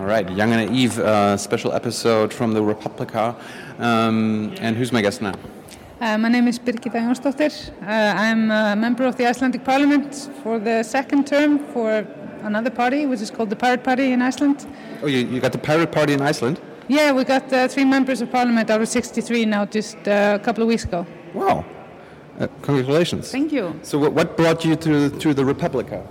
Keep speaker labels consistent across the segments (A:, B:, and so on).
A: right, Young and Eve uh, special episode from the Republica. Um, and who's my guest now?
B: Uh, my name is Birgitta Jónsdóttir. Uh, I'm a member of the Icelandic Parliament for the second term for another party, which is called the Pirate Party in Iceland.
A: Oh, you, you got the Pirate Party in Iceland?
B: Yeah, we got uh, three members of Parliament out of 63 now just uh, a couple of weeks ago.
A: Wow. Uh, congratulations.
B: Thank you.
A: so, what, what brought you to, to the Republica?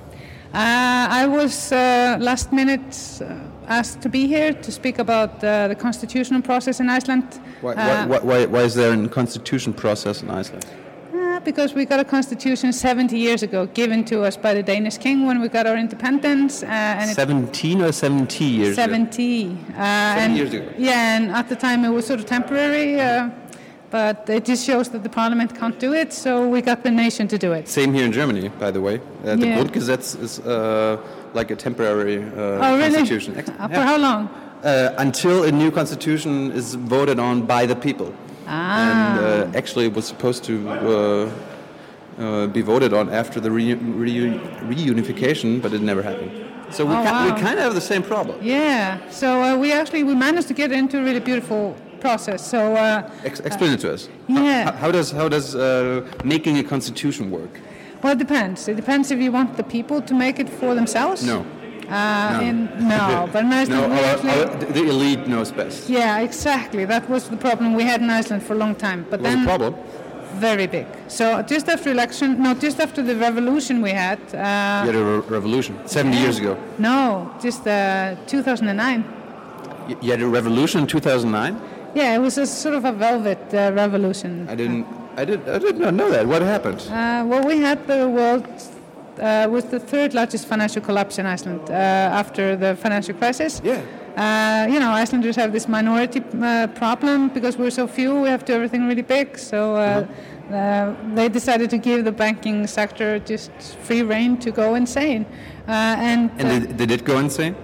B: Uh, I was uh, last minute uh, asked to be here to speak about uh, the constitutional process in Iceland.
A: Why,
B: Uh,
A: why, why, why is there a constitution process in Iceland?
B: Uh, because we got a constitution 70 years ago, given to us by the Danish king when we got our independence, uh, and it
A: 17 or 70 years? ago?
B: 70. Uh, and,
A: years ago.
B: Yeah, and at the time it was sort of temporary, uh, but it just shows that the parliament can't do it, so we got the nation to do it.
A: Same here in Germany, by the way. Uh, the
B: Yeah.
A: Grundgesetz is uh, like a temporary uh,
B: oh, really?
A: constitution. Ex-
B: Uh, for
A: yeah.
B: how long?
A: Uh, until a new constitution is voted on by the people.
B: Ah.
A: And uh, actually, it was supposed to uh, uh, be voted on after the reu- reu- reunification, but it never happened. So we,
B: Oh,
A: ki- we
B: wow.
A: kind of have the same problem,
B: Yeah, so uh, we actually we managed to get into a really beautiful process. So uh,
A: Ex- explain it to us. How,
B: yeah.
A: how does how does uh, making a constitution work?
B: Well, it depends. It depends if you want the people to make it for themselves.
A: No.
B: Uh, in- no, but in Iceland,
A: No, uh,
B: we
A: our,
B: actually-
A: our, the elite knows best.
B: yeah, exactly. That was the problem we had in Iceland for a long time. But
A: What's
B: then,
A: the problem?
B: uh, very big. So just after election, no, just after the revolution we had. Uh,
A: We had a re- revolution 70 years ago.
B: No, just uh, 2009.
A: Y- You had a revolution in 2009.
B: Yeah, it was a sort of a velvet uh, revolution.
A: I didn't. I did. I did not know that. What happened?
B: Uh, well, we had the world uh, was the third largest financial collapse in Iceland uh, after the financial crisis.
A: Yeah.
B: Uh, you know, Icelanders have this minority uh, problem because we're so few. We have to do everything really big. So uh, uh, they decided to give the banking sector just free reign to go insane. Uh, and
A: And
B: uh,
A: they, they did go insane.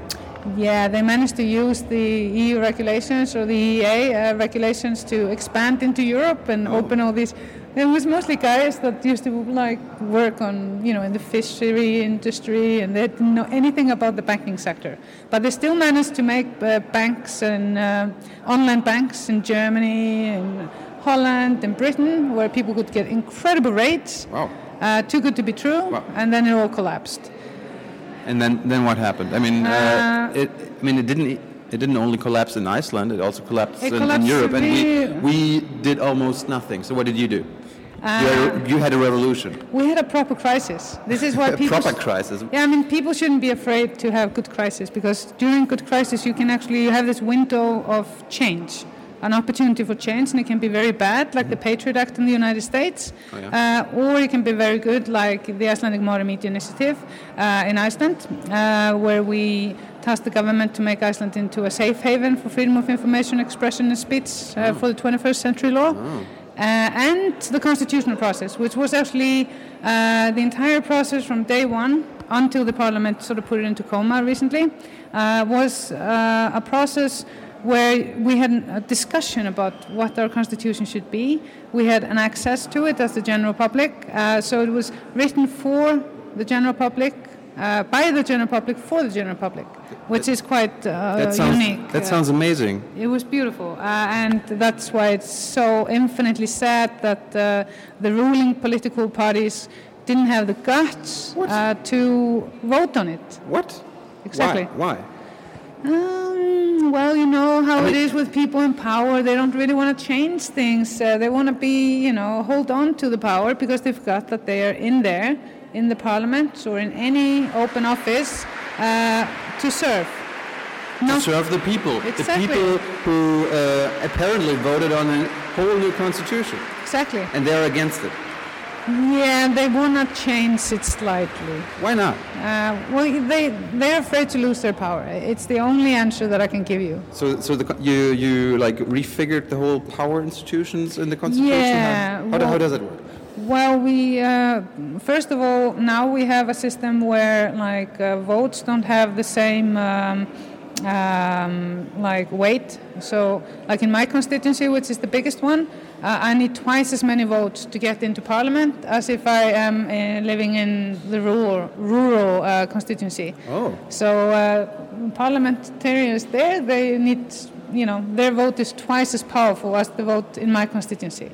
B: yeah, they managed to use the EU regulations or the EEA uh, regulations to expand into Europe and
A: Oh.
B: open all these. It was mostly guys that used to like work on, you know, in the fishery industry, and they didn't know anything about the banking sector. But they still managed to make uh, banks and uh, online banks in Germany and Holland and Britain, where people could get incredible rates.
A: Wow.
B: Uh, too good to be true,
A: Wow.
B: and then it all collapsed.
A: And then, then what happened? I mean, uh, it, I mean, it didn't. It didn't only collapse in Iceland. It also collapsed,
B: It
A: in,
B: collapsed
A: in Europe, and we,
B: severe-
A: we did almost nothing. So what did you do? you, had a, you had a revolution,
B: We had a proper crisis. This is why
A: a
B: Uh, people.
A: proper crisis.
B: Yeah, I mean, people shouldn't be afraid to have good crisis because during good crisis you can actually you have this window of change, an opportunity for change, and it can be very bad, like the Patriot Act in the United States,
A: Mm-hmm. Oh, yeah.
B: uh, or it can be very good, like the Icelandic Modern Media Initiative uh, in Iceland, uh, where we tasked the government to make Iceland into a safe haven for freedom of information, expression, and speech
A: Mm.
B: uh, for the 21st century law.
A: Oh.
B: Uh, and the constitutional process, which was actually uh, the entire process from day one until the parliament sort of put it into coma recently, uh, was uh, a process where we had a discussion about what our constitution should be. We had an access to it as the general public, uh, so it was written for the general public, uh, by the general public, for the general public, which is quite uh,
A: that sounds.
B: unique.
A: That
B: Uh,
A: sounds amazing.
B: it was beautiful, uh, and that's why it's so infinitely sad that uh, the ruling political parties didn't have the guts
A: What?
B: uh, to vote on it.
A: What?
B: Exactly.
A: Why? Why?
B: Um, well, you know how
A: mean-
B: it is with people in power. They don't really want to change things. Uh, they want to be, you know, hold on to the power because they forgot that they are in there, in the parliament or in any open office, uh, to serve.
A: to
B: Not
A: serve the people.
B: Exactly.
A: The people who uh, apparently voted on a whole new constitution,
B: exactly.
A: and they're against it.
B: Yeah, they want to change it slightly.
A: Why not?
B: Uh, well, they they're afraid to lose their power. It's the only answer that I can give you.
A: So, so the, co- you you like refigured the whole power institutions in the constitution.
B: Yeah,
A: how, how, do- how
B: well-
A: does it work?
B: Well, we uh, first of all now we have a system where like uh, votes don't have the same um, um, like weight. So, like in my constituency, which is the biggest one, uh, I need twice as many votes to get into parliament as if I am uh, living in the rural rural uh, constituency.
A: Oh.
B: So, uh, parliamentarians there, they need, you know, their vote is twice as powerful as the vote in my constituency.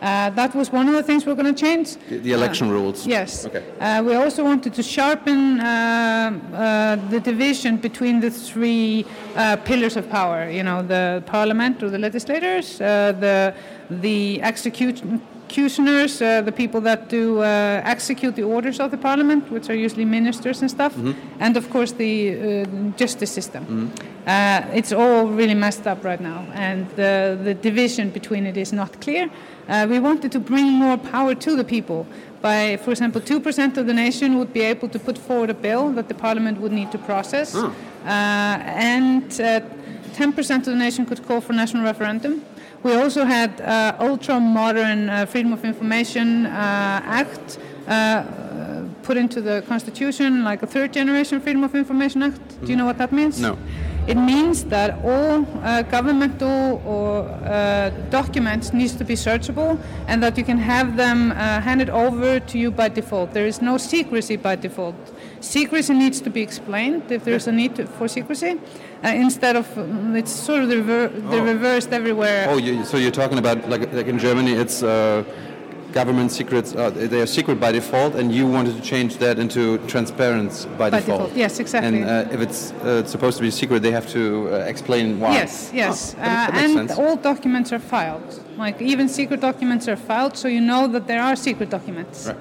B: Uh, that was one of the things we're going to change.
A: The- the election rules.
B: Yes.
A: Okay.
B: Uh, we also wanted to sharpen uh, uh, the division between the three uh, pillars of power. You know, the parliament or the legislators, uh, the the execu- executioners, uh, the people that do uh, execute the orders of the parliament, which are usually ministers and stuff, and of course the uh, justice system. Uh, it's all really messed up right now, and the, the division between it is not clear. Uh, we wanted to bring more power to the people by, for example, 2% of the nation would be able to put forward a bill that the parliament would need to process, uh, and uh, 10% of the nation could call for national referendum. We also had uh, ultra modern uh, Freedom of Information uh, Act. Uh, put into the constitution like a third generation freedom of information act do you know what that means
A: No.
B: it means that all uh, governmental or uh, documents needs to be searchable and that you can have them uh, handed over to you by default there is no secrecy by default secrecy needs to be explained if there's a need to, for secrecy uh, instead of it's sort of the, rever- the reversed everywhere
A: Oh, you, so you're talking about like like in Germany, it's uh, government secrets. Uh, they are secret by default, and you wanted to change that into transparent by,
B: By default, yes, exactly.
A: And uh, if it's uh, supposed to be secret, they have to uh, explain why.
B: Yes, yes.
A: Ah, that- that
B: uh,
A: makes
B: and
A: sense.
B: all documents are filed. Like even secret documents are filed, so you know that there are secret documents.
A: Right.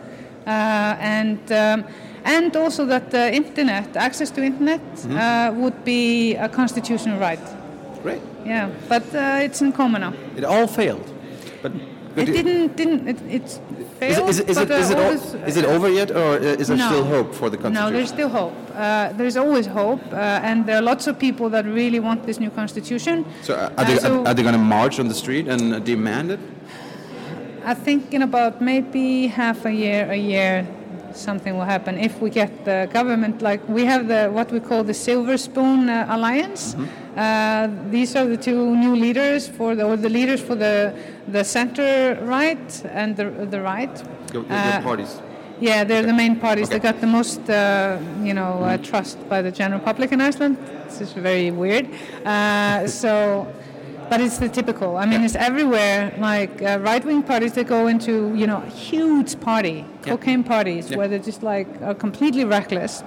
B: Uh, and um, and also that the internet access to internet
A: Mm-hmm.
B: uh, would be a constitutional right.
A: Great.
B: Yeah, but uh, it's in common now.
A: It all failed, but.
B: It
A: but
B: didn't didn't it, it's
A: Is it,
B: failed.
A: is, it, is,
B: but,
A: it, is,
B: uh,
A: it
B: all
A: all,
B: this-
A: is it over yet, or uh, is there
B: No.
A: still hope for the
B: No,
A: constitution?
B: there's still hope. Uh, there's always hope, uh, and there are lots of people that really want this new constitution.
A: so uh,
B: Uh,
A: are they,
B: so-
A: are they going to march on the street and uh, demand it?
B: I think in about maybe half a year, a year, something will happen if we get the government. Like we have the what we call the Silver Spoon uh, Alliance. Uh, these are the two new leaders for the or the leaders for the the center right and the the right.
A: Your, your,
B: Uh,
A: your parties.
B: yeah, they're the main parties.
A: Okay.
B: They got the most, uh, you know, uh, trust by the general public in Iceland. This is very weird. Uh, so, but it's the typical. I mean, it's everywhere. Like uh, right-wing parties, they go into, you know, huge party, cocaine parties,
A: Yeah.
B: where they just like are completely reckless,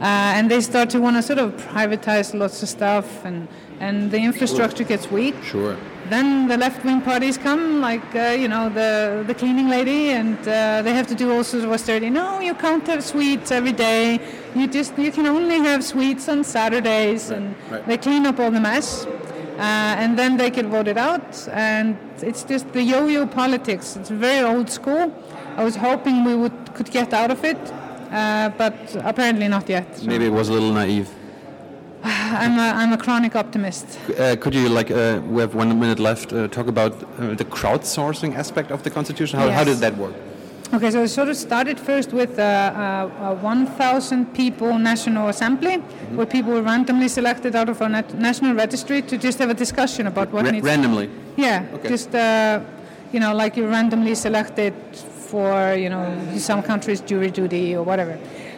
B: uh, and they start to want to sort of privatize lots of stuff, and and the infrastructure gets weak.
A: Sure.
B: Then the left-wing parties come, like uh, you know the the cleaning lady, and uh, they have to do all sorts of austerity. No, you can't have sweets every day. You just you can only have sweets on Saturdays, and
A: right.
B: they clean up all the mess, uh, and then they get voted out. And it's just the yo-yo politics. It's very old school. I was hoping we would could get out of it, uh, but apparently not yet. So
A: Maybe it was a little naive.
B: I'm a, I'm a chronic optimist.
A: Uh, could you, like, uh, we have one minute left, uh, talk about uh, the crowdsourcing aspect of the Constitution? How, how
B: Yes.
A: did that work?
B: Okay, so it sort of started first with uh, a, a, a 1,000 people national assembly, where people were randomly selected out of a nat- national registry to just have a discussion about what
A: Ra-
B: needs.
A: randomly.
B: yeah,
A: Okay.
B: just uh, you know, like you're randomly selected for you know some countries jury duty or whatever.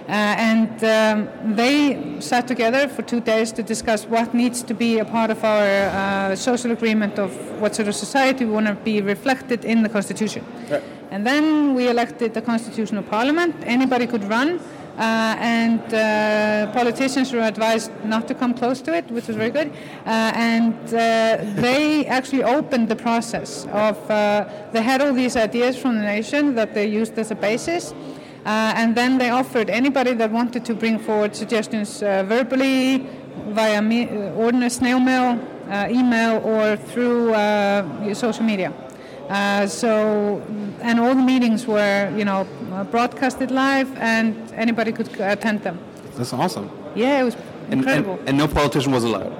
B: Uh, and um, they sat together for two days to discuss what needs to be a part of our uh, social agreement of what sort of society we want to be reflected in the constitution. And then we elected the constitutional parliament. Anybody could run, uh, and uh, politicians were advised not to come close to it, which was very good. Uh, and uh, they actually opened the process of uh, they had all these ideas from the nation that they used as a basis. Uh, and then they offered anybody that wanted to bring forward suggestions uh, verbally, via me- uh, ordinary snail mail, uh, email, or through uh, your social media. Uh, so, and all the meetings were, you know, broadcasted live, and anybody could attend them.
A: That's awesome.
B: Yeah, it was
A: And, and,
B: incredible.
A: and no politician was allowed.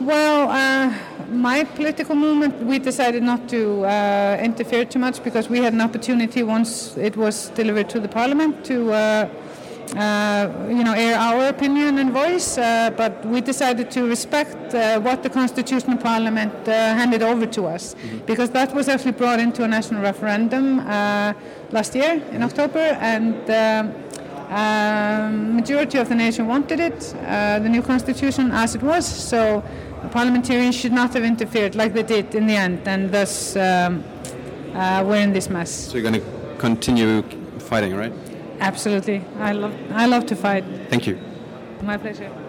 B: well, uh, my political movement, we decided not to uh, interfere too much because we had an opportunity once it was delivered to the parliament to uh, uh, you know, air our opinion and voice, uh, but we decided to respect uh, what the Constitutional Parliament uh, handed over to us, because that was actually brought into a national referendum uh, last year in October, and um, um, majority of the nation wanted it, uh, the new constitution as it was, so parliamentarians should not have interfered like they did in the end, and thus um, uh, we're in this mess.
A: So you're going to continue fighting, right?
B: Absolutely. I love, I love to fight.
A: Thank you.
B: My pleasure.